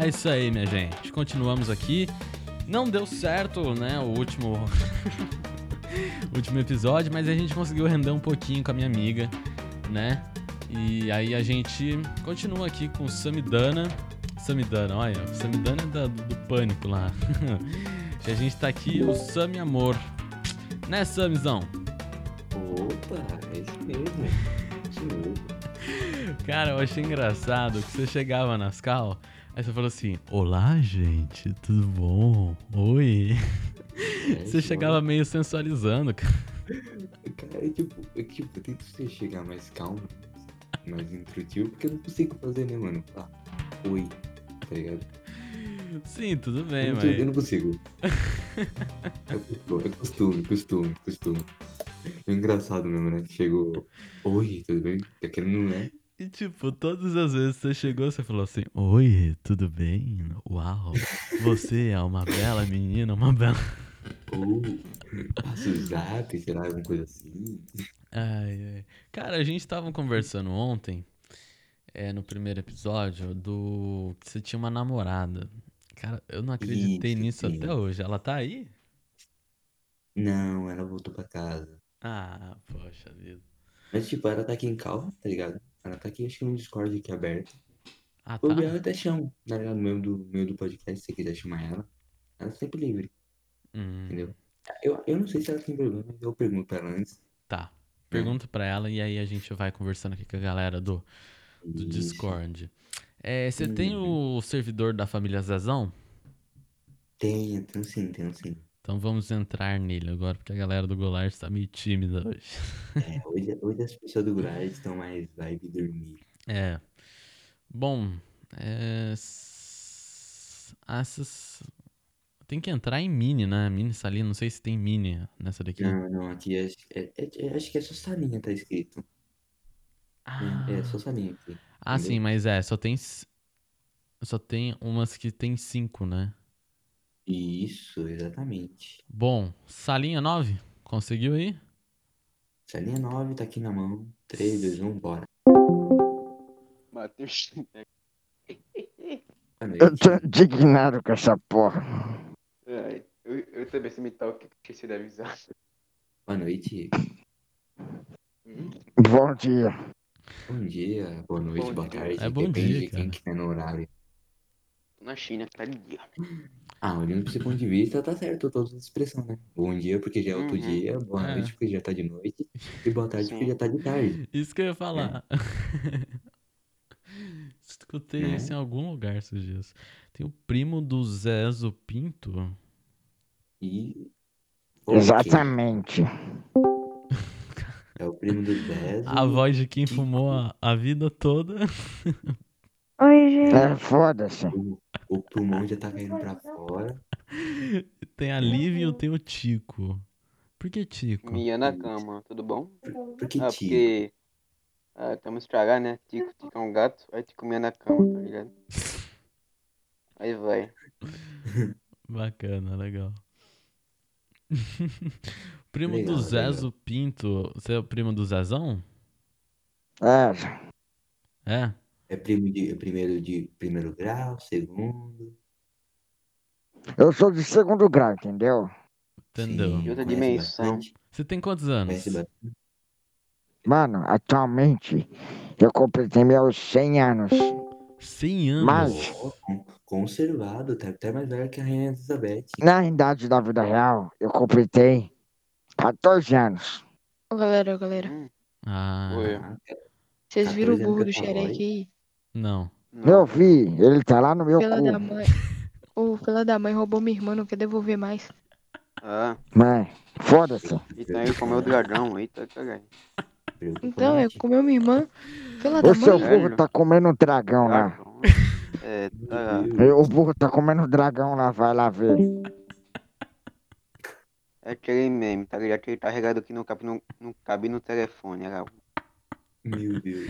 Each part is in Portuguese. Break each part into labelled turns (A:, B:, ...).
A: É isso aí, minha gente. Continuamos aqui. Não deu certo, né? O último. o último episódio, mas a gente conseguiu render um pouquinho com a minha amiga, né? E aí a gente continua aqui com o Samidana. Samidana, olha. Samidana é da- do, do pânico lá. e a gente tá aqui, o Sami Amor. Né, Samizão?
B: Opa, é isso mesmo. Isso mesmo.
A: Cara, eu achei engraçado que você chegava nas cal, aí você falou assim: Olá, gente, tudo bom? Oi.
B: É
A: Você
B: isso,
A: chegava meio sensualizando, cara.
B: mano. Cara, eu, tipo, eu, tipo, eu tento ser- chegar mais calmo, mais intuitivo, porque eu não consigo fazer, né, mano? Ah, oi, tá ligado?
A: Sim, tudo bem,
B: eu, não,
A: mas.
B: tô- eu não consigo. é, é costume, costume, costume. É engraçado mesmo, né? Chegou, oi, tudo bem? Tá querendo, né?
A: E tipo, todas as vezes que você chegou, você falou assim: Oi, tudo bem? Uau, você é uma bela menina, uma bela.
B: Ou passa o zap, sei lá, alguma coisa assim.
A: Ai, ai. Cara, a gente tava conversando ontem, é, no primeiro episódio, do que você tinha uma namorada. Cara, eu não acreditei
B: Isso,
A: nisso
B: sim.
A: até hoje. Ela tá aí?
B: Não, ela voltou pra casa.
A: Ah, poxa vida.
B: Mas, tipo, ela tá aqui em calma, tá ligado? Ela tá aqui, acho que no Discord aqui aberto.
A: Ah, tá?
B: Ou ela até chama, tá ligado? No meio do, no meio do podcast, se você quiser chamar ela, ela é sempre livre,
A: Hum,
B: entendeu? Eu, eu não sei se ela tem problema, mas eu pergunto pra ela antes.
A: tá. Pergunta pra ela e aí a gente vai conversando aqui com a galera do, do
B: Isso.
A: Discord. É, você
B: Hum.
A: tem o servidor da família Zezão?
B: Tenho, tenho sim, tenho sim.
A: Então vamos entrar nele agora, porque a galera do Goulart está meio tímida hoje.
B: É, hoje, hoje as pessoas do Gulag estão mais vibe dormir.
A: É. Bom, é... s- Essas... Tem que entrar em mini, né? Mini salinha, não sei se tem mini nessa daqui.
B: Não, não, aqui acho, é, é- é- acho que é só salinha, tá escrito.
A: Ah,
B: É, é só salinha aqui.
A: Ah, sim,
B: entendeu?
A: mas é, só tem... s- Só tem umas que tem cinco, né?
B: Isso, exatamente.
A: Bom, salinha 9, conseguiu aí?
B: Salinha 9 tá aqui na mão. 3, 2, 1, bora.
C: Matheus Schneck.
B: Boa
D: Eu
B: noite.
D: tô indignado com essa porra.
C: Ai, eu, eu também se me toque, esqueci de avisar.
B: Boa noite.
C: Hum,
D: Bom dia.
B: Bom dia, boa noite,
C: Bom
B: boa
C: dia.
B: tarde.
A: É bom
B: Depende
A: dia,
B: de quem
A: cara.
B: que tá no horário.
C: Tô na China, tá ligado?
B: Ah, olhando pra esse ponto de vista, tá certo todas as expressões, né? Bom dia porque já é outro
C: Uhum.
B: dia, boa
A: É.
B: noite porque já tá de noite, e boa tarde porque
C: Sim.
B: já tá de tarde.
A: Isso que eu ia falar. Escutei
B: Né?
A: isso em algum lugar esses dias. Tem o primo do Zezo Pinto.
B: E. Ok,
D: Exatamente.
B: É o primo do 10.
A: A voz de quem fumou a, a vida toda.
E: Oi, gente.
D: É, foda-se.
B: O, o pulmão já tá caindo pra fora.
A: Tem a Lívia
B: Uhum.
A: e tem o Tico. Por que Tico?
C: Mia na cama, tudo bom?
B: Porque,
C: Ah,
B: tio,
C: porque. Ah, estamos estragar, né? Tico, tico é um gato, aí tico mia na cama, tá ligado? Aí vai.
A: Bacana, legal. primo
B: Legal,
A: do
B: legal.
A: Zezo Pinto. Você é o primo do Zezão?
D: É,
A: É?
B: é primo de é primeiro de primeiro grau, segundo.
D: eu sou de segundo grau, entendeu?
A: Entendeu?
B: sim,
C: De outra
B: conhece
C: dimensão.
B: bastante,
A: Você tem quantos anos?
B: Conhece bastante.
D: Mano, atualmente eu completei meus 100 anos.
A: 100 anos.
D: Mas,
B: Ó, con- Conservado, tá até mais velho que a Rainha Elizabeth.
D: na idade da vida real, eu completei 14 anos.
E: Ô, galera, ô, galera.
A: Ah,
C: Oi.
B: Ah,
E: Vocês viram o
B: 14
E: burro do
B: anos que eu tô
E: xereque aí?
A: não.
D: Meu filho, ele tá lá no meu
E: Pela da
D: cu.
E: mãe. O pela da mãe roubou minha irmã, não quer devolver mais.
C: Ah,
D: Mas, foda-se.
C: então ele comeu o dragão, aí tá cagado.
E: Então, eu comeu minha irmã. Pela
D: O
E: da
B: é
D: seu
E: mãe.
D: burro tá comendo um dragão lá.
C: Dragão. Tá É, tá.
D: O burro tá comendo um dragão lá, vai lá ver.
C: É aquele meme, tá ligado? Aquele carregado que não cabe no, não cabe no telefone, era o
B: Meu Deus.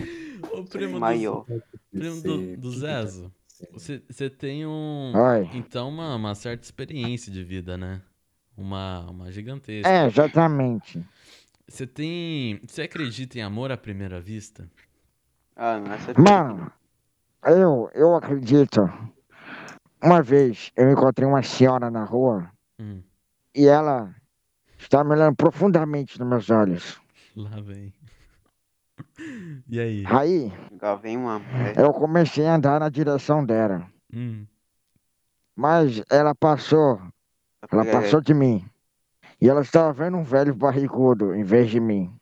A: O primo do,
C: maior.
A: primo do,
B: tá-
A: do Zezo.
B: Zezo.
A: Você você tem um.
B: Ah.
D: Oi.
A: Então, uma, uma certa experiência de vida, né? Uma, uma gigantesca.
D: É, exatamente.
A: Você tem. Você acredita em amor à primeira vista?
C: Ah, não, essa é
D: Mano, eu, eu acredito. Uma vez eu encontrei uma senhora na rua
A: Hum,
D: e ela estava me olhando profundamente nos meus olhos.
A: lá vem. E aí?
B: Ah.
D: Aí
C: Lá vem uma mulher.
D: eu comecei a andar na direção dela,
A: Hum,
D: mas ela passou, ela
C: É,
D: passou de mim. E ela estava vendo um velho barrigudo em vez de mim.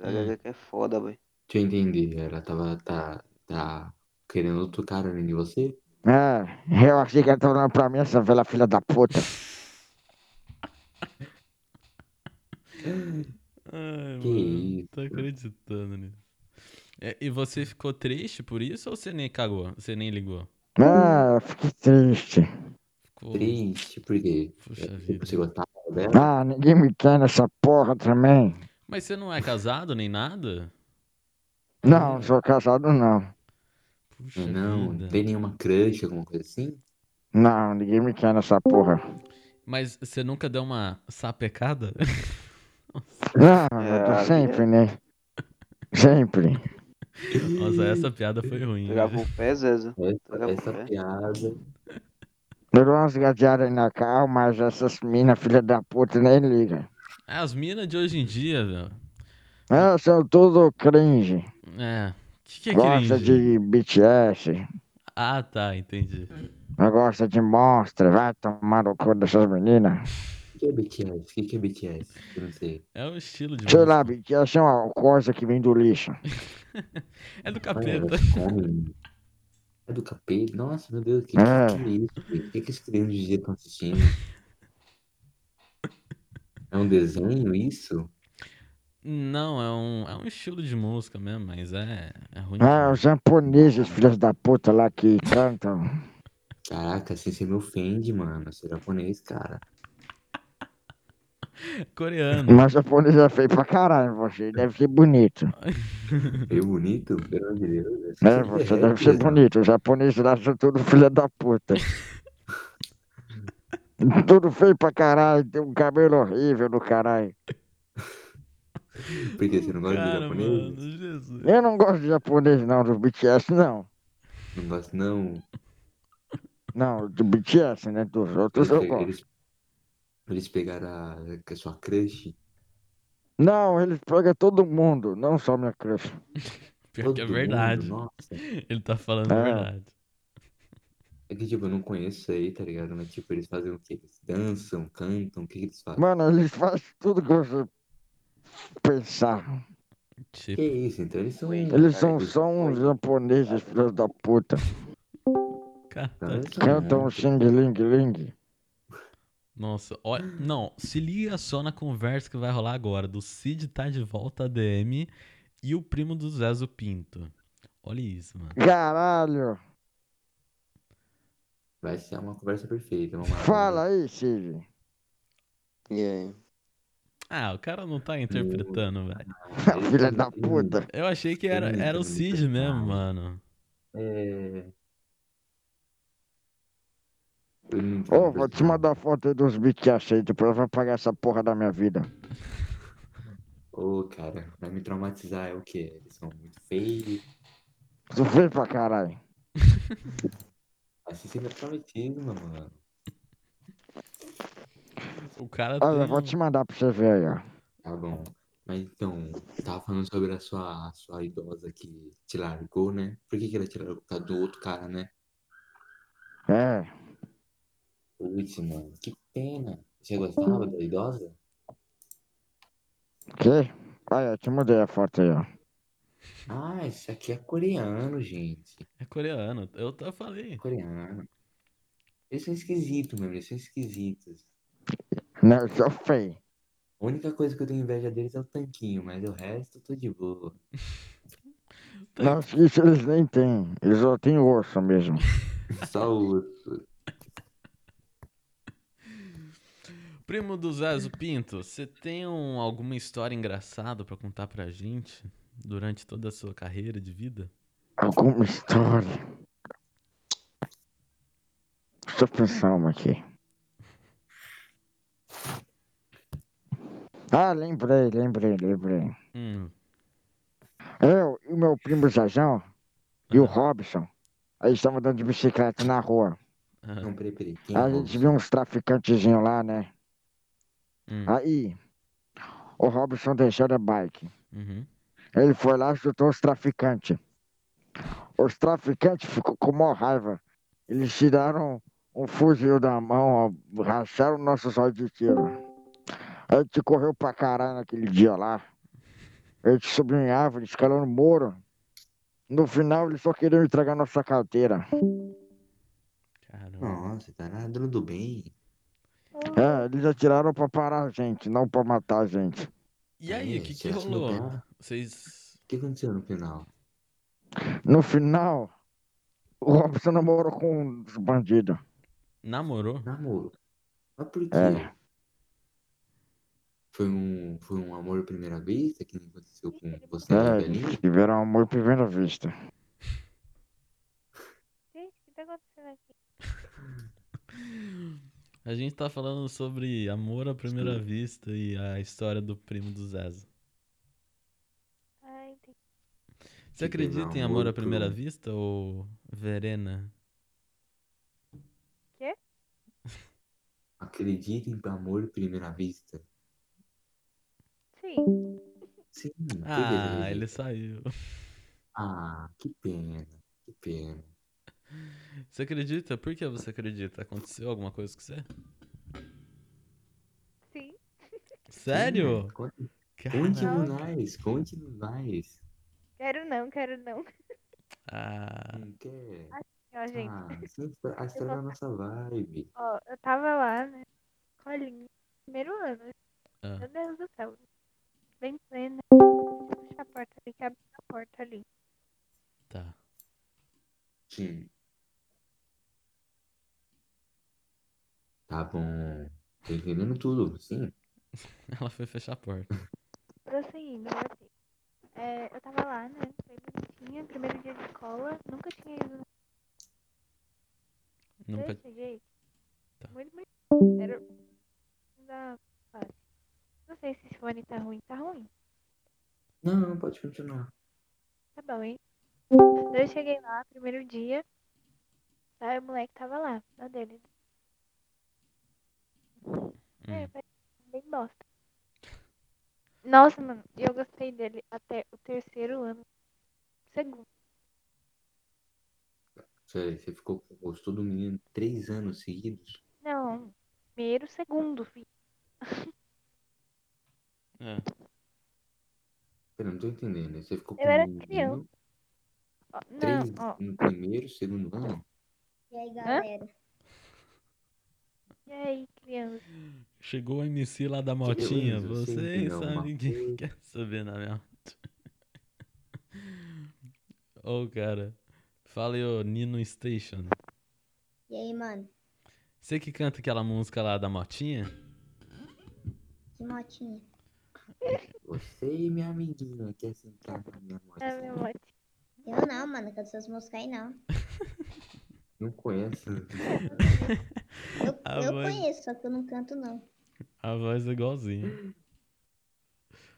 C: é, que é foda, velho.
B: Deixa eu entender, ela tava tá, tá querendo outro cara além de você?
D: É, eu achei que ela estava olhando pra mim, essa velha filha da puta.
A: Ai,
B: Que
A: mano,
B: isso.
A: tô acreditando nisso. É, e você ficou triste por isso ou você nem cagou? Você nem ligou?
D: Ah, eu fiquei triste.
A: Ficou.
B: Triste, por quê?
A: É, Puxa vida.
B: Você gostava dela?
D: Ah, ninguém me quer nessa porra também.
A: Mas você não é casado nem nada?
D: Não, sou casado não.
A: Puxa
B: não, não
A: vida.
B: tem nenhuma crush, alguma coisa assim?
D: Não, ninguém me quer nessa porra.
A: Mas você nunca deu uma sapecada?
D: Não,
C: É,
D: eu
C: a
D: tô sempre, né? Sempre.
A: Nossa, essa piada foi ruim.
C: Pegava
A: né?
C: o pé, Zeza.
B: Essa,
C: Pegava o
B: essa
C: pé.
B: piada.
D: Eu dou umas gadeadas na cal, mas essas minas, filha da puta, nem liga.
A: Ah, As minas de hoje em dia, velho.
D: Elas são tudo cringe.
A: É. Que que é
D: Gosta
A: cringe?
D: de BTS.
A: Ah, tá, entendi.
D: Gosta de monstro. Vai tomar no cu dessas meninas.
B: O que é BTS? O que que é BTS? Eu não sei.
A: É o estilo de.
D: Sei lá,
A: música.
D: BTS é uma coisa que vem do lixo.
A: É do
B: Ah, elas
A: capeta.
B: comem. É do capeta? Nossa, meu Deus, o que, que,
D: Ah.
B: que é isso? velho? O que, que as crianças de dia estão assistindo? É um desenho isso?
A: Não, é um, é um estilo de música mesmo, mas é, é ruim.
D: Ah,
A: demais.
D: os japoneses, filhas da puta lá que cantam.
A: Hum.
B: Caraca, assim você me ofende, mano. Eu sou japonês, cara.
A: Coreano.
D: Mas japonês é feio pra caralho, você deve ser bonito.
B: Eu bonito? Pelo amor de Deus.
D: É, você deve ser bonito. Os japoneses lá são tudo filha da puta. tudo feio pra caralho, tem um cabelo horrível do caralho.
B: Porque você não gosta de
A: Cara,
B: japonês?
A: mano, Jesus.
D: Eu não gosto de japonês não, do BTS não.
B: Não gosta, não.
D: Não, do BTS, né, dos
B: Eles,
D: outros eu
B: pe-
D: gosto.
B: eles, eles pegaram a, a sua crush.
D: Não, eles pegam todo mundo, não só minha crush.
A: Pior
B: todo
A: que é
B: mundo,
A: verdade.
B: Nossa. Ah.
A: Ele tá falando a
D: É.
A: verdade.
B: É que, tipo, eu não conheço isso aí, tá ligado? Mas, tipo, eles fazem o quê? Eles dançam, cantam, o que que eles fazem?
D: Mano, eles fazem tudo que você pensar.
B: Que
A: Tipo,
B: isso, então eles são.
D: Eles são só uns japoneses, filhos da puta.
A: cara.
B: Então, eles são
D: Cantam
B: muito.
D: xing ling ling.
A: Nossa, olha. Não, se liga só na conversa que vai rolar agora. Do Cid tá de volta a DM e o primo do Zezo Pinto. Olha isso, mano.
D: Caralho!
B: Vai ser uma conversa perfeita. Vamos lá.
D: Fala aí, Cid.
C: E aí?
A: Ah, o cara não tá interpretando, velho.
B: Eles-
D: Filha da puta.
A: Eu achei que era,
B: Eita,
A: era o
B: não
A: Cid
B: interpretava.
A: mesmo, mano.
B: É. Eu não
D: Ô,
B: entendo
D: vou te
B: personagem.
D: mandar foto aí dos BTS aí, depois vai pagar essa porra da minha vida.
B: Ô, cara, vai me traumatizar é o quê? Eles são muito feios.
D: Tu fez pra caralho.
B: Assim você me traumatiza, mano.
A: O cara
D: Olha, Ah, eu vou
A: tem.
D: te mandar pra você ver aí, ó.
B: Tá bom. Mas então, tava falando sobre a sua, a sua idosa que te largou, né? Por que, que ela te largou? Por causa do outro cara, né?
D: É.
B: Putz, mano, que pena. Você gostava da idosa?
D: Que? Olha, eu te mandei a foto aí, ó.
B: Ah, isso aqui é coreano, gente.
A: É coreano. Eu, t- eu falei.
B: Coreano. é Eles são esquisitos, mano. Eles são esquisitos.
D: Não, eu sou feio.
B: A única coisa que eu tenho inveja deles é o tanquinho, mas o resto eu tô de boa.
D: Não, isso eles nem têm. Eles só têm osso mesmo.
B: Só o.
A: Primo do Zezo Pinto, você tem um- alguma história engraçada pra contar pra gente durante toda a sua carreira de vida?
D: Alguma história. Deixa eu pensar uma aqui. Ah, lembrei, lembrei, lembrei.
A: Hum,
D: o meu primo Zazão e o
A: Ah.
D: Robson, aí estavam andando de bicicleta na rua.
A: Ah,
B: Não, peraí, peraí. Quem
D: Aí a
B: Robson?
D: gente viu uns traficantezinhos lá, né?
A: hum,
D: Aí o Robson deixou a bike.
A: uhum.
D: Ele foi lá e chutou os traficantes. Os traficantes ficou com maior raiva. Eles tiraram um fuzil da mão, ó, racharam nossos olhos de tiro. A gente correu pra caralho naquele dia lá. A gente subiu em árvore, escalou no muro. No final, eles só queriam entregar nossa carteira.
A: Caramba.
B: Nossa, tá nadando do bem.
D: É, eles atiraram pra parar a gente, não pra matar a gente.
A: E aí, o que, que
D: é
B: será não
A: rolou?
B: dá?
A: Vocês.
B: O que aconteceu no final?
D: No final, o Robson namorou com os bandidos.
A: Namorou?
B: Namoro. Mas por quê?
D: É.
B: Foi um, foi um amor à primeira vista que nem aconteceu com você e a
D: É,
B: Belinha?
D: eles tiveram amor à primeira vista.
F: Gente, o que tá acontecendo aqui?
A: A gente tá falando sobre amor à primeira vista e a história do primo do Zaza.
F: Ai, entendi.
A: Você
B: Que
A: acredita em
B: pena,
A: amor à
B: amor
A: primeira
B: cru.
A: vista ou Verena?
B: Acreditem em amor à primeira vista.
F: Sim.
B: Sim, por que
A: Ah,
B: acreditam?
A: ele saiu.
B: Ah, que pena, que pena.
A: Você acredita? Por que você acredita? Aconteceu alguma coisa com você?
F: Sim.
A: Sério?
B: Conte, conte
A: Cara.
B: no mais, conte no mais.
F: Quero não, quero não.
A: Ah,
B: Não quer?
F: Ó, gente,
B: Ah, isso é a histó- a história da nossa vibe.
F: ó, eu tava lá, né? Colinha. Primeiro ano.
A: Ah.
F: Meu Deus do céu. Bem plena. Puxa a porta, tem que abrir a porta ali.
A: tá.
B: Sim. Tá bom. Tô entendendo tudo, sim.
A: Ela foi fechar a porta.
F: Prosseguindo, eu voltei. É, eu tava lá, né? Bem bonitinha, primeiro dia de escola. Nunca tinha ido na
A: Nunca.
F: Eu cheguei.
A: Tá.
F: Muito bonitinha. Era da fase. Não sei se esse fone tá ruim. Tá ruim.
B: Não, não, pode continuar.
F: Tá bom, hein? Eu cheguei lá, primeiro dia. Aí o moleque tava lá, na dele. É,
A: Hum.
F: parece É, bem bosta. Nossa, mano, eu gostei dele até o terceiro ano. Segundo.
B: Sério, você ficou com o gosto do menino três anos seguidos?
F: Não. Primeiro, segundo, filho.
A: É.
B: Pera, não tô entendendo. Você ficou
F: Eu
B: com
F: era
B: o menino
F: criança. Ó,
B: três
F: não, ó.
B: no primeiro, segundo ano?
G: E aí,
F: galera? E aí, criança?
A: Chegou o MC lá da motinha.
B: beleza, eu sei
A: Vocês
B: que é uma
A: sabem quem
B: coisa.
A: quer saber na minha moto. Ô, cara. Fala aí, ô Nino Station.
G: E aí, mano?
A: Você que canta aquela música lá da motinha?
G: Que motinha?
B: Você e minha amiguinha quer sentar na minha
F: É
B: motinha.
F: meu mote.
G: Eu não, mano. Canto essas músicas aí, não.
B: Não conhece.
G: Eu,
A: Ah,
G: eu
A: mano.
G: conheço, só que eu não canto, não.
A: A voz é igualzinha.
B: É,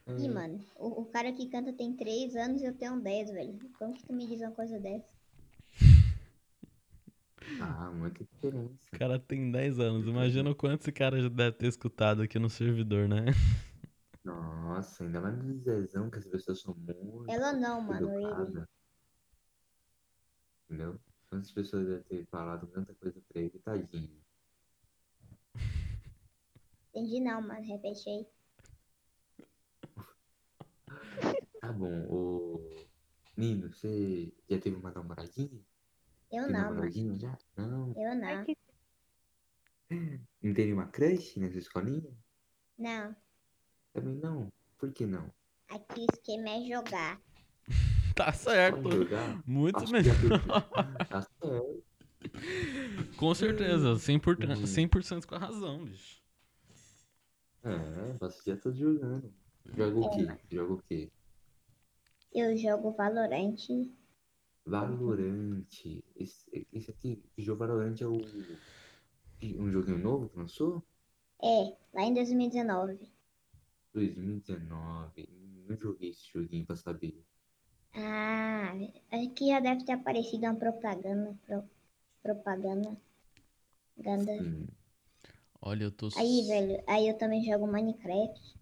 A: Hum.
G: Ih, mano, o, o cara que canta tem 3 anos e eu tenho 10, velho. Como que tu me diz uma coisa dessa?
B: Ah, muita diferença.
A: O cara tem 10 anos. Imagina o quanto esse cara já deve ter escutado aqui no servidor, né?
B: Nossa, ainda mais no Zezão, que as pessoas são muito
G: Ela não, mano. Ele.
B: educadas. Entendeu? Quantas pessoas devem ter falado tanta coisa pra ele, tadinho.
G: Entendi, não, mano. Repete aí.
B: Tá bom, ô. Nino, você já teve uma namoradinha?
G: Eu
B: Tem
G: não, mano.
B: namoradinha já? Não.
G: Eu
F: Ai,
G: não.
F: que
B: Não teve uma crush nessa escolinha?
G: Não.
B: Também não. Por que não?
G: Aqui o esquema é jogar.
A: Tá
B: Vamos
A: certo.
B: jogar?
A: Muito
B: Acho que
A: melhor.
B: já perdi. Tá certo.
A: Com certeza. 100%,
B: Hum.
A: 100 com a razão, bicho.
B: É, passo o dia todo jogando. Joga o
G: É.
B: quê? Joga o quê?
G: Eu jogo Valorant.
B: Valorante. Esse, esse aqui, o jogo Valorante é o. Um joguinho novo que lançou?
G: É, lá em 2019.
B: 2019. Não joguei esse joguinho pra saber.
G: Ah, acho que já deve ter aparecido uma propaganda. pro- propaganda. Ganda.
B: Hum.
A: Olha, eu tô. s-
G: Aí, velho, aí eu também jogo Minecraft.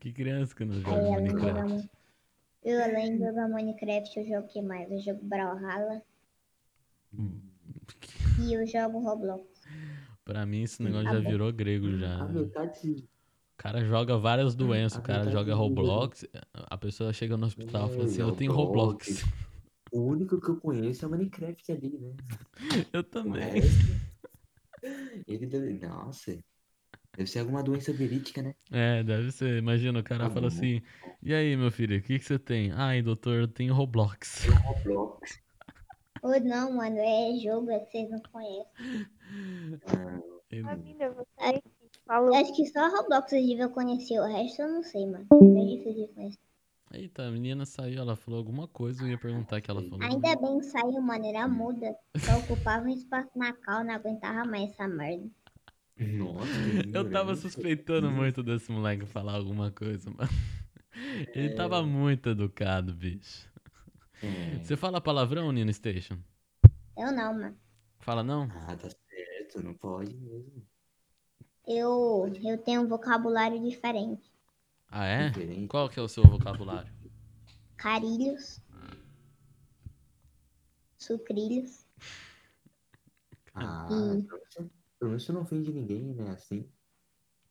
A: Que criança que não
G: Aí
A: joga
G: além de jogar.
A: Minecraft.
G: Min- Eu além de jogar Minecraft, eu jogo o que mais? Eu jogo Brawlhalla e eu jogo Roblox.
A: Pra mim, esse negócio
G: Ah,
A: já
G: bom. Tá
A: virou grego já.
B: A
A: O
B: metade.
A: cara joga várias doenças.
B: a
A: O cara
B: verdade
A: joga
B: é que-
A: Roblox. A pessoa chega no hospital e fala assim:
B: É,
A: Eu tenho
B: Roblox.
A: Roblox.
B: O único que eu conheço é o Minecraft ali, né?
A: Eu
B: O
A: também.
B: resto, Ele deve. Nossa. Deve ser alguma doença verídica, né?
A: É, deve ser. Imagina, o cara
B: Ah,
A: fala
B: bom.
A: assim: E aí, meu filho, o que, que você tem? Ai, doutor, eu tenho Roblox.
B: Roblox.
G: Ou não, mano, é jogo é que vocês não conhecem.
A: Hum.
F: Família, você que falou.
G: Acho que só Roblox vocês deviam conhecer, o resto eu não sei, mano. Eu acho que vocês deviam conhecer.
A: Eita, a menina saiu, ela falou alguma coisa, eu ia perguntar o que ela falou.
G: Ainda bem que saiu, mano, era muda. Só ocupava um espaço na cal, não aguentava mais essa merda.
B: Nossa.
A: Eu tava
B: suspeito.
A: suspeitando muito desse moleque falar alguma coisa, mano. Ele tava muito educado, bicho.
B: É.
A: Você fala palavrão, Nina Station?
G: Eu não, mano.
A: Fala não?
B: Ah, tá certo, não pode mesmo.
G: Eu, eu tenho um vocabulário diferente.
A: Ah, é?
B: Diferente.
A: Qual que é o seu vocabulário?
G: Carilhos. Sucrilhos.
A: é?
B: Ah,
G: Hum.
B: pelo menos- pelo menos você não ofende ninguém, né? Assim.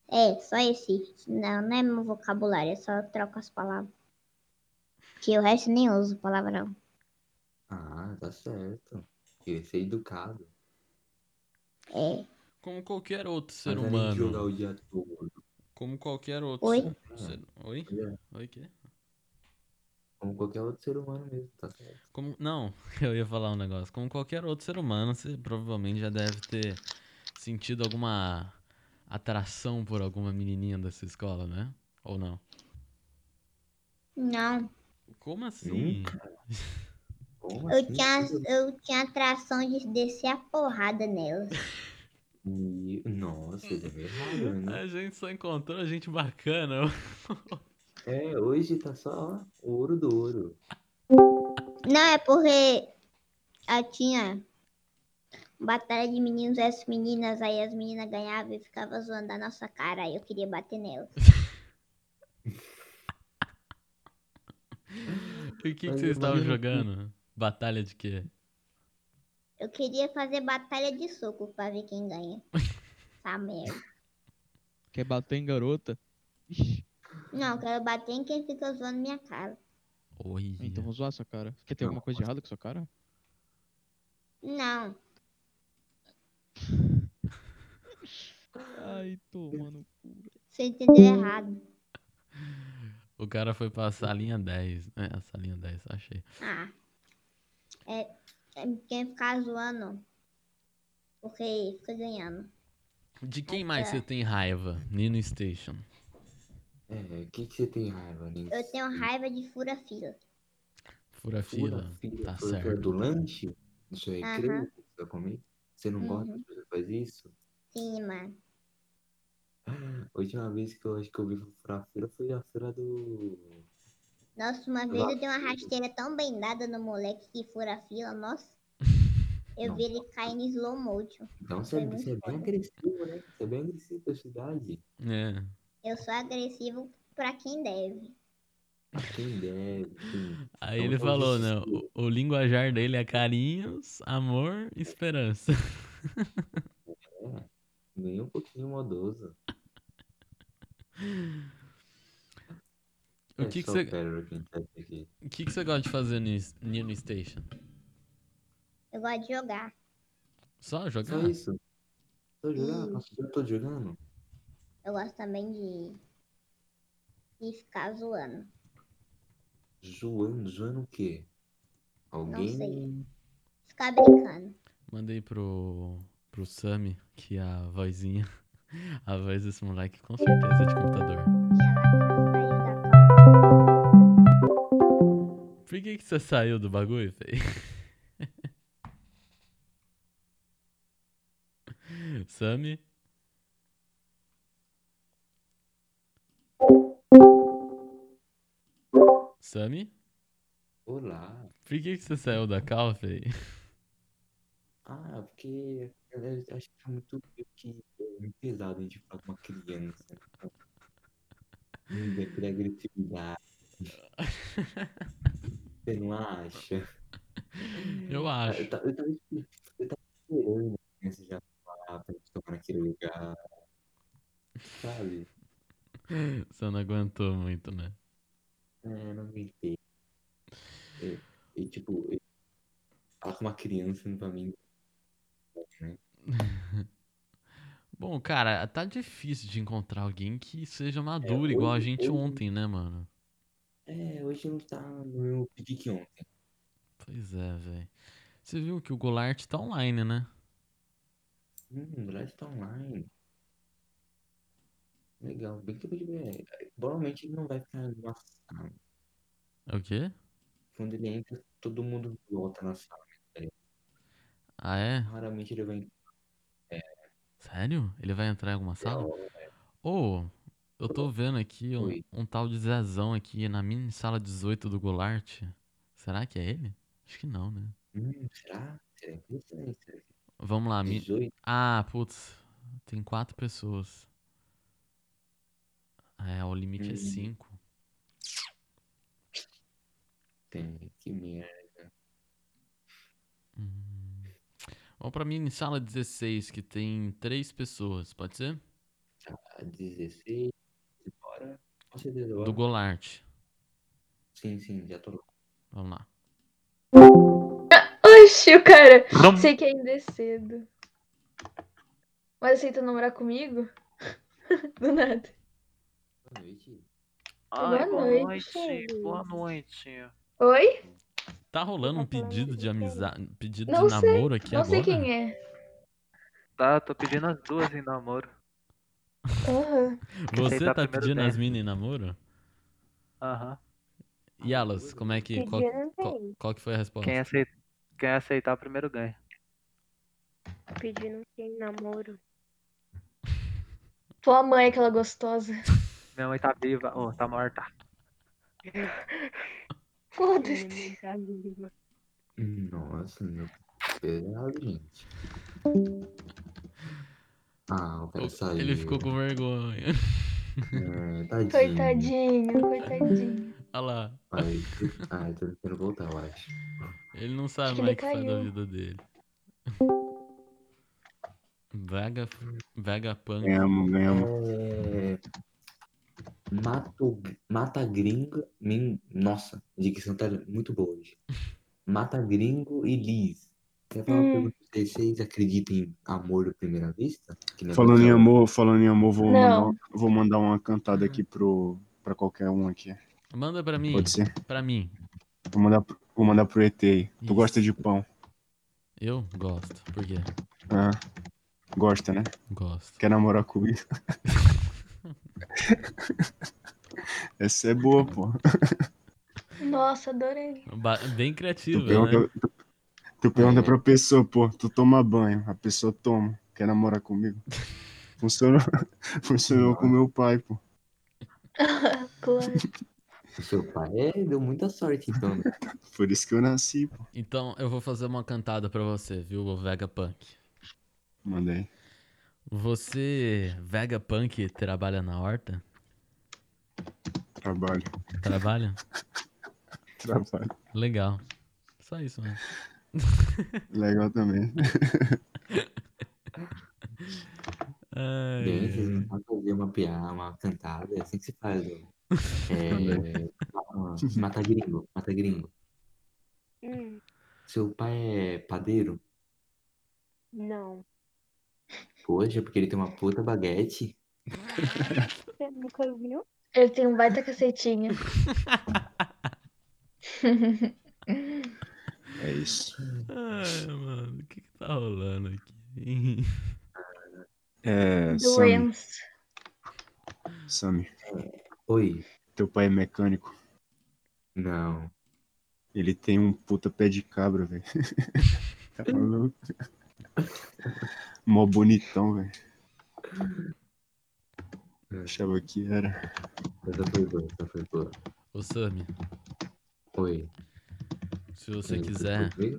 G: É, só esse. Não, não é meu vocabulário, eu só troco as palavras. Que o resto nem uso palavrão.
B: Ah, tá certo. Ia ser educado.
G: É.
A: Como qualquer outro ser
B: Mas é além de Jogar
A: humano.
B: o dia todo.
A: Como qualquer outro
G: Oi?
A: ser- ser- Oi?
B: é.
A: Oi, quê?
B: Como qualquer outro ser humano mesmo, tá certo.
A: Como... Não, eu ia falar um negócio. Como qualquer outro ser humano, você provavelmente já deve ter sentido alguma atração por alguma menininha dessa escola, né? Ou não?
G: Não,
A: Como assim?
B: Como
G: eu
B: assim?
G: tinha, eu tinha atração de descer a porrada nelas.
B: E- Nossa, deu errado, né?
A: A gente só encontrou gente bacana.
B: É, hoje tá só ó, o ouro do ouro.
G: Não, é porque eu tinha batalha de meninos versus meninas, aí as meninas ganhavam e ficavam zoando a nossa cara, aí eu queria bater nelas.
A: E o que, que
B: Mas
A: vocês estavam
B: imagina-
A: jogando? Batalha de quê?
G: Eu queria fazer batalha de soco pra ver quem ganha. Tá merda.
H: Quer bater em garota? Ixi,
G: Não, eu quero bater em quem fica zoando minha cara.
A: Oi.
H: então vou zoar sua cara. Quer ter
B: Não,
H: alguma coisa de errado com sua cara?
G: Não,
H: Ai, tomando.
G: você entendeu errado.
A: O cara foi pra salinha 10. É, a salinha 10, achei.
G: Ah. É, é quem ficar zoando. Porque fica ganhando.
A: De quem mais você tem raiva? Nino Station.
B: É, o que, que você tem raiva nisso?
G: Eu tenho raiva de fura-fila.
A: Fura fila. Tá
B: porque é
A: certo.
B: do lanche? Isso aí,
G: Aham.
B: creio que você vai comer. Você não gosta
G: Uhum.
B: que você faz isso?
G: Sim, mano.
B: Última vez que eu acho que eu vi pra feira foi a feira do.
G: Nossa, uma vez eu dei uma rasteira tão bem dada no moleque que fura-fila, nossa. Eu vi ele cair em slow motion.
B: Então você,
G: Uhum.
B: você é bem agressivo, né? Você é bem agressivo pra sua idade.
A: É.
G: Eu sou agressivo pra quem deve.
B: Quem deve, quem.
A: Aí
B: Então,
A: ele
B: eu
A: falou, né?
B: desisti.
A: O, o linguajar dele é carinhos, amor, esperança.
B: Nem um pouquinho modoso.
A: O
B: É
A: que, que
B: só
A: você
B: Pérola quem tá aqui.
A: o que, que você gosta de fazer no Nino Station?
G: Eu gosto de jogar.
A: Só
B: Só
A: jogar?
B: é isso. Tô jogando? Nossa, eu tô jogando?
G: Eu gosto também de. de ficar zoando.
B: Zoando, zoando o quê? Alguém?
G: sei. Ficar brincando.
A: Mandei pro, pro Sami, que é a vozinha, a voz desse moleque com certeza é de computador.
G: Saiu da
A: Por que, que você saiu do bagulho, Fê? Sami? Sami,
B: Olá.
A: por que, que você saiu da cal, Fê?
B: Ah, porque a galera acha que é muito, que é muito pesado a gente falar com uma criança. Ainda por agressividade. Você não acha?
A: Eu acho.
B: Eu, ta- eu, tava, esper- eu tava esperando a criança já falar pra gente tomar naquele lugar. Sabe?
A: Você não aguentou muito, né?
B: É, não aguentei. E, e, tipo, eu- falar com uma criança pra mim.
A: Bom, cara, tá difícil de encontrar alguém que seja maduro igual a
B: hoje-
A: gente
B: hoje-
A: ontem, né, mano?
B: É, hoje não tá no meu pique que ontem.
A: Pois é, velho. Você viu que o Goulart tá online, né?
B: Hum, o Live tá online. Legal, bem que eu pude ver. Provavelmente ele não vai ficar numa sala.
A: É O quê?
B: Quando ele entra, todo mundo volta na sala.
A: Ah, é?
B: Raramente ele vai entrar.
A: Sério? Ele vai entrar em alguma sala? Ô, eu tô vendo aqui um,
B: Oi.
A: um tal de Zezão aqui na mini sala 18 do Goulart. Será que é ele? Acho que não, né?
B: Hum, será? Será que isso é isso?
A: Vamos lá, mi...
B: 18?
A: Ah, putz. Tem quatro pessoas. Ah, É, o limite é
B: Hum.
A: cinco.
B: Tem, que merda.
A: Hum. Vamos pra mini sala 16, que tem três pessoas, pode ser?
B: Tá, 16. Bora. Com certeza,
A: Do
B: bora.
A: Goulart.
B: Sim, sim, já tô lá.
A: Vamos lá.
F: Oxi, o cara. Sei que ainda é cedo. Mas aceita namorar comigo? Do nada.
B: Boa noite.
F: Ai, boa
I: noite,
F: noite, boa
H: noite.
F: Oi?
A: Tá rolando um
I: Tá falando
A: pedido de
I: de quem?
A: amizade, pedido
F: Não
A: de
F: sei,
A: namoro aqui
F: Não
A: agora?
F: sei quem é.
H: Tá, tô pedindo as duas em namoro.
F: Aham.
A: Você
H: Aceitar
A: tá
H: primeiro
A: pedindo
H: bem.
A: as mini em namoro?
H: Aham.
A: E elas, como é que. Qual,
J: um
I: Pedir não
A: qual,
I: tem.
A: qual que foi a resposta?
H: Quem, é aceitar, quem aceitar primeiro ganha.
I: Pedir
J: um
I: não tem namoro.
F: Tua mãe, aquela gostosa.
H: Minha mãe tá viva. Oh, tá morta.
J: um
F: Foda-se.
B: Nossa, meu. Pesado, gente. Ah, o cara saiu.
A: Ele ficou com vergonha.
B: É, tadinho.
F: Coitadinho, coitadinho.
A: Olha lá.
B: Ai, ah, eu tô tentando voltar, eu acho.
A: Ele não sabe
F: Acho que
A: mais o
F: ele
A: que faz da
F: caiu.
A: vida dele. Vega, Vegapunk.
H: Mesmo, mesmo.
B: É... Mato, Mata Gringo. Min... Nossa, dicção tá muito boa hoje. Mata Gringo e Liz. Quer falar uma
F: Hum.
B: pergunta pra vocês? Vocês acreditam em amor à primeira vista? Que nem
D: Falando em
B: aconteceu?
D: amor, falando em amor, vou, mandar,
F: Não.
D: uma- vou mandar uma cantada aqui pro, pra qualquer um aqui.
A: Manda pra mim.
D: Pode ser?
A: Pra mim.
D: Vou mandar, pro- vou mandar pro ET aí.
A: Isso.
D: Tu gosta de pão?
A: Eu gosto. Por quê?
D: Ah, gosta, né?
A: Gosto.
D: Quer namorar comigo? Essa é boa, pô.
F: Nossa, adorei.
A: Ba- Bem
D: Tu
A: criativa, né?
D: pergunta, tu, tu pergunta
B: É.
D: pra pessoa, pô, tu toma banho, a pessoa toma, quer namorar comigo? Funcionou, funcionou com meu pai, pô.
F: Claro.
B: O seu pai é, deu muita sorte, então. né?
D: Por isso que eu nasci, pô.
A: Então eu vou fazer uma cantada pra você, viu, Vegapunk?
D: Mandei.
A: Você, Vegapunk, trabalha na horta?
D: Trabalho,
A: Trabalha?
D: trabalho.
A: Legal. Só isso, né?
D: Legal também.
A: Ai,
B: Bem, vocês
A: ai.
B: não podem fazer uma piada, uma cantada, é assim que se faz. né? É... ah, Mata Gringo, Mata Gringo.
I: Hum,
B: Seu pai é padeiro?
I: não.
B: Poxa, É porque ele tem uma puta baguete.
I: Você nunca viu?
F: Ele tem um baita cacetinho.
D: É isso.
A: Ai, mano, o que que tá rolando aqui?
D: É, Sammy,
F: Doença.
D: Sammy,
B: Oi.
D: teu pai é mecânico.
B: Não.
D: Ele tem um puta pé de cabra, velho. Tá maluco? Mó bonitão, velho. Eu Achava que era.
B: Essa foi boa, essa foi boa.
A: Ô, Sami,
B: Foi.
A: Se você
B: Quem
A: quiser.
B: Foi,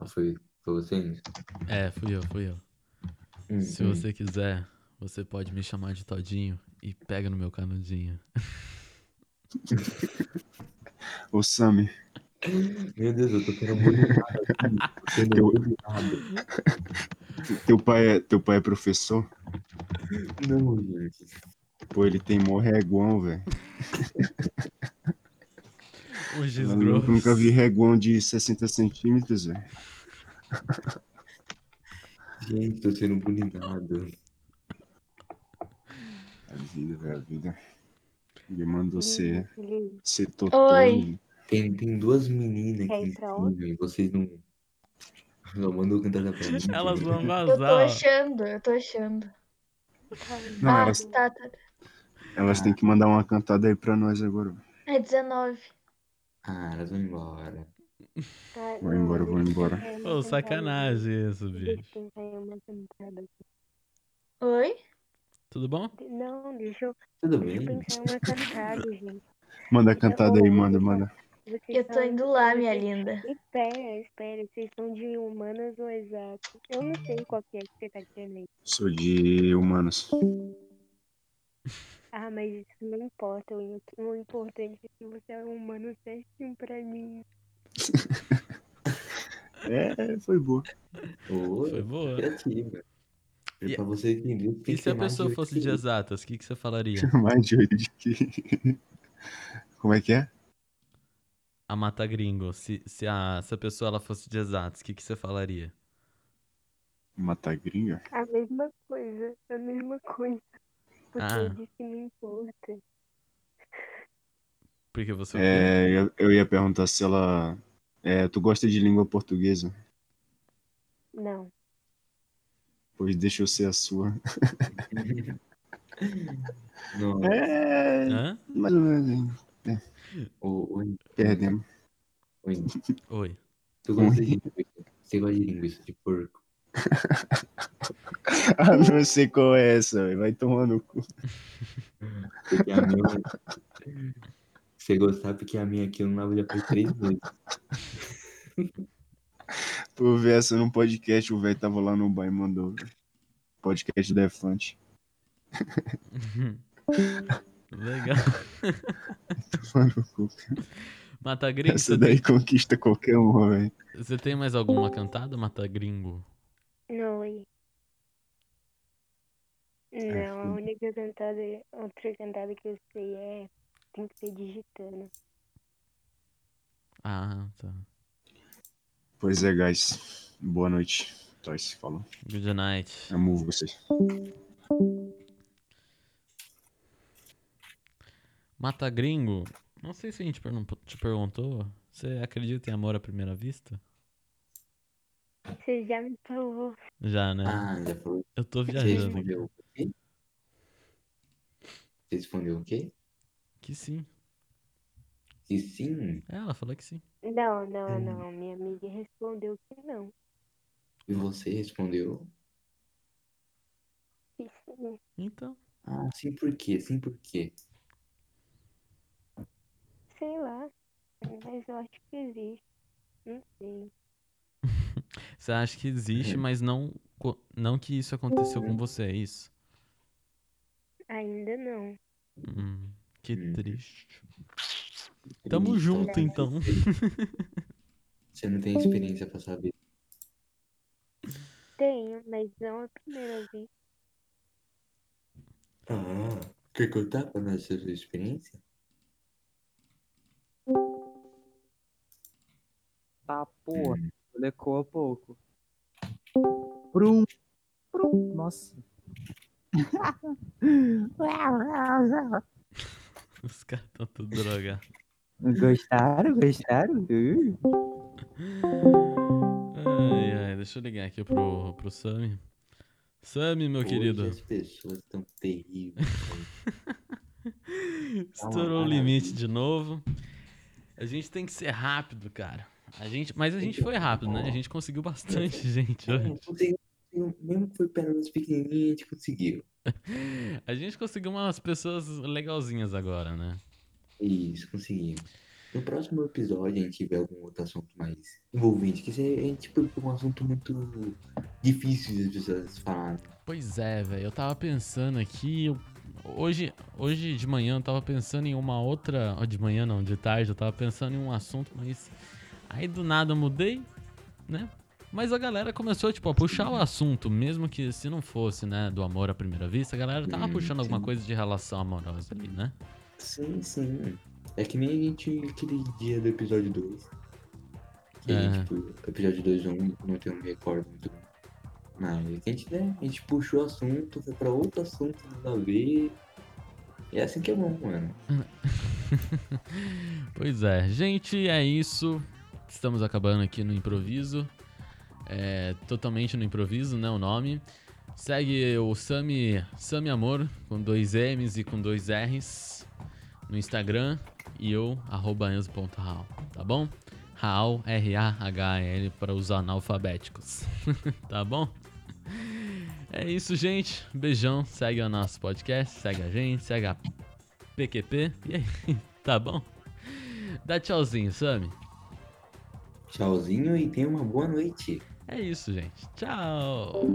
B: Ah, foi, foi você, Enzo?
A: É, fui eu, fui eu.
B: Hum,
A: Se
B: hum.
A: você quiser, você pode me chamar de Todinho e pega no meu canudinho.
D: Ô, Sammy.
B: Meu Deus, eu tô sendo bullyingado aqui. Sendo
D: Teu-
B: bullyingado.
D: Teu pai é, teu pai é professor?
B: Não, gente.
D: Pô, ele tem mó reguão, velho.
A: Um giz
D: Eu
A: grosso.
D: Nunca vi reguão de 60 centímetros, velho.
B: Gente, tô sendo bullyingado.
D: A vida, velho, a vida. Ele mandou ser, ser
F: Oi.
D: totônimo.
B: Tem, tem duas meninas
F: Quer
B: aqui
F: ir
B: em
F: pra
B: cima e vocês não. Não mandam cantar pra mim.
A: Elas vão
F: Eu tô
A: vazar. ó.
F: achando, eu tô achando.
D: Não,
F: ah,
D: elas-
F: tá, tá. tá.
D: Elas têm que mandar uma cantada aí pra nós agora. velho.
F: É 19.
B: Ah, elas vão embora.
J: Tá,
D: Vou embora, vou embora.
J: é,
A: Ô, sacanagem isso, bicho.
F: Oi?
A: Tudo bom?
J: Não, deixa eu,
B: Tudo
J: deixa eu
B: bem?
J: pensar uma cantada, gente.
D: Manda a cantada aí, manda, manda.
J: Vocês
F: Eu tô
J: são-
F: indo lá, minha
J: vocês-
F: linda.
J: Espera, espera. Vocês são de humanas ou exato? Eu não sei qual que é que você tá querendo aí.
D: Sou de humanos.
J: Ah, mas isso não importa. O, o importante é que você é um humano certinho pra mim.
D: É, foi boa.
B: Ô,
A: Foi boa.
B: Criativa. É
A: E-
B: pra você entender o que
A: E
B: que
A: se
B: é
A: a
B: mais
A: pessoa
B: divertido.
A: fosse de exatas, o que, que você falaria?
D: Mais de oito de que. Como é que é?
A: A mata gringo. Se, se, a, se a pessoa ela fosse de exatas, o que, que você falaria?
D: Matar gringa?
J: A mesma coisa. A mesma coisa. Porque
A: Ah.
J: eu disse que não importa.
A: Porque você.
D: É, eu, eu ia perguntar se ela. É, tu gosta de língua portuguesa?
J: Não.
D: Pois deixa eu ser a sua.
B: Não.
D: É.
A: Hã?
D: Mais ou menos. hein?
B: Ô, ô,
D: Perdemos.
B: ô,
A: Oi.
B: Tu gosta de linguiça? Você gosta de linguiça de porco?
D: Ah, não sei qual é essa, velho. vai tomar no cu.
B: Porque a minha. Você gostar porque a minha aqui eu não lavo já faz três meses.
D: Tu vê essa num podcast, o velho tava lá no bar e mandou. velho. Podcast da Elefante.
A: Legal.
D: Tomar no cu, cara.
A: Mata gringo,
D: Essa
A: você
D: daí
A: tem,
D: conquista qualquer um, velho.
A: você tem mais alguma cantada, Mata gringo?
J: Não, e... Não, a única cantada, outra cantada que eu sei é tem que ser digitando.
A: Ah, tá.
D: Pois é, guys. Boa noite. Então, é Toys, falou.
A: Good night.
D: Amo vocês.
A: Mata gringo? Não sei se a gente pergun- te perguntou. Você acredita em amor à primeira vista?
J: Você já me falou.
A: Já, né?
B: Ah, já falou.
A: Eu tô
B: Você
A: viajando.
B: respondeu o quê? Você respondeu o quê?
A: Que sim.
B: Que sim?
A: É, ela falou que sim.
J: Não, não,
B: Hum.
J: não. Minha amiga respondeu que não.
B: E você respondeu?
J: Que sim.
A: Então.
B: Ah, sim por quê? Sim por quê?
J: Sei lá. Mas eu acho que existe. Não sei.
A: Você acha que existe, mas não, co- não que isso aconteceu com você, é isso?
J: Ainda não.
A: Hum, que triste. Tamo junto, então.
B: Você não tem experiência pra saber.
J: Tenho, mas não a primeira vez.
B: Ah, quer contar pra nós a sua experiência?
C: Tá, porra. Lecou pouco. Prum. Prum. Nossa.
A: Os caras tão tudo drogados.
K: Gostaram? Gostaram?
A: Ai, ai, deixa eu ligar aqui pro, pro Sami. Sami, meu
B: Hoje
A: querido.
B: As pessoas estão terríveis.
A: Estourou o limite de novo. A gente tem que ser rápido, cara. A gente, mas a gente foi rápido, né? A gente conseguiu bastante, gente. né?
B: É,
A: hoje.
B: Conseguiu, conseguiu. Mesmo que foi pérolas pequenininhas, a gente conseguiu.
A: A gente conseguiu umas pessoas legalzinhas agora, né?
B: Isso, É conseguimos. No próximo episódio a gente tiver algum outro assunto mais envolvente, que isso é, é tipo um assunto muito difícil das pessoas falarem.
A: Pois é, velho. Eu tava pensando aqui. eu- Hoje, hoje de manhã eu tava pensando em uma outra. ó, De manhã não, de tarde eu tava pensando em um assunto, mas. Aí do nada eu mudei, né? Mas a galera começou, tipo, a puxar o assunto, mesmo que se não fosse, né, do amor à primeira vista, a galera tava
B: Hum,
A: puxando alguma
B: sim.
A: coisa de relação amorosa ali, né?
B: Sim, sim. É que nem a gente, aquele dia do episódio 2. Que a gente, tipo, episódio 2 eu não, não tenho um recorde muito. bom. Mas a gente, né, a gente puxou o assunto, foi pra outro assunto nada a ver. E é assim que é bom, mano.
A: Pois é, gente, é isso. Estamos acabando aqui no improviso. É, totalmente no improviso, né? O nome. Segue o Sami, Sami Amor, com dois M's e com dois R's no Instagram. E eu, arroba enzo.raal, tá bom? Raal, R-A-H-L, para os analfabéticos, tá bom? É isso, gente. Beijão. Segue o nosso podcast, segue a gente, segue a PQP. E aí, tá bom? Dá tchauzinho, Sami.
B: Tchauzinho e tenha uma boa noite.
A: É isso, gente. Tchau.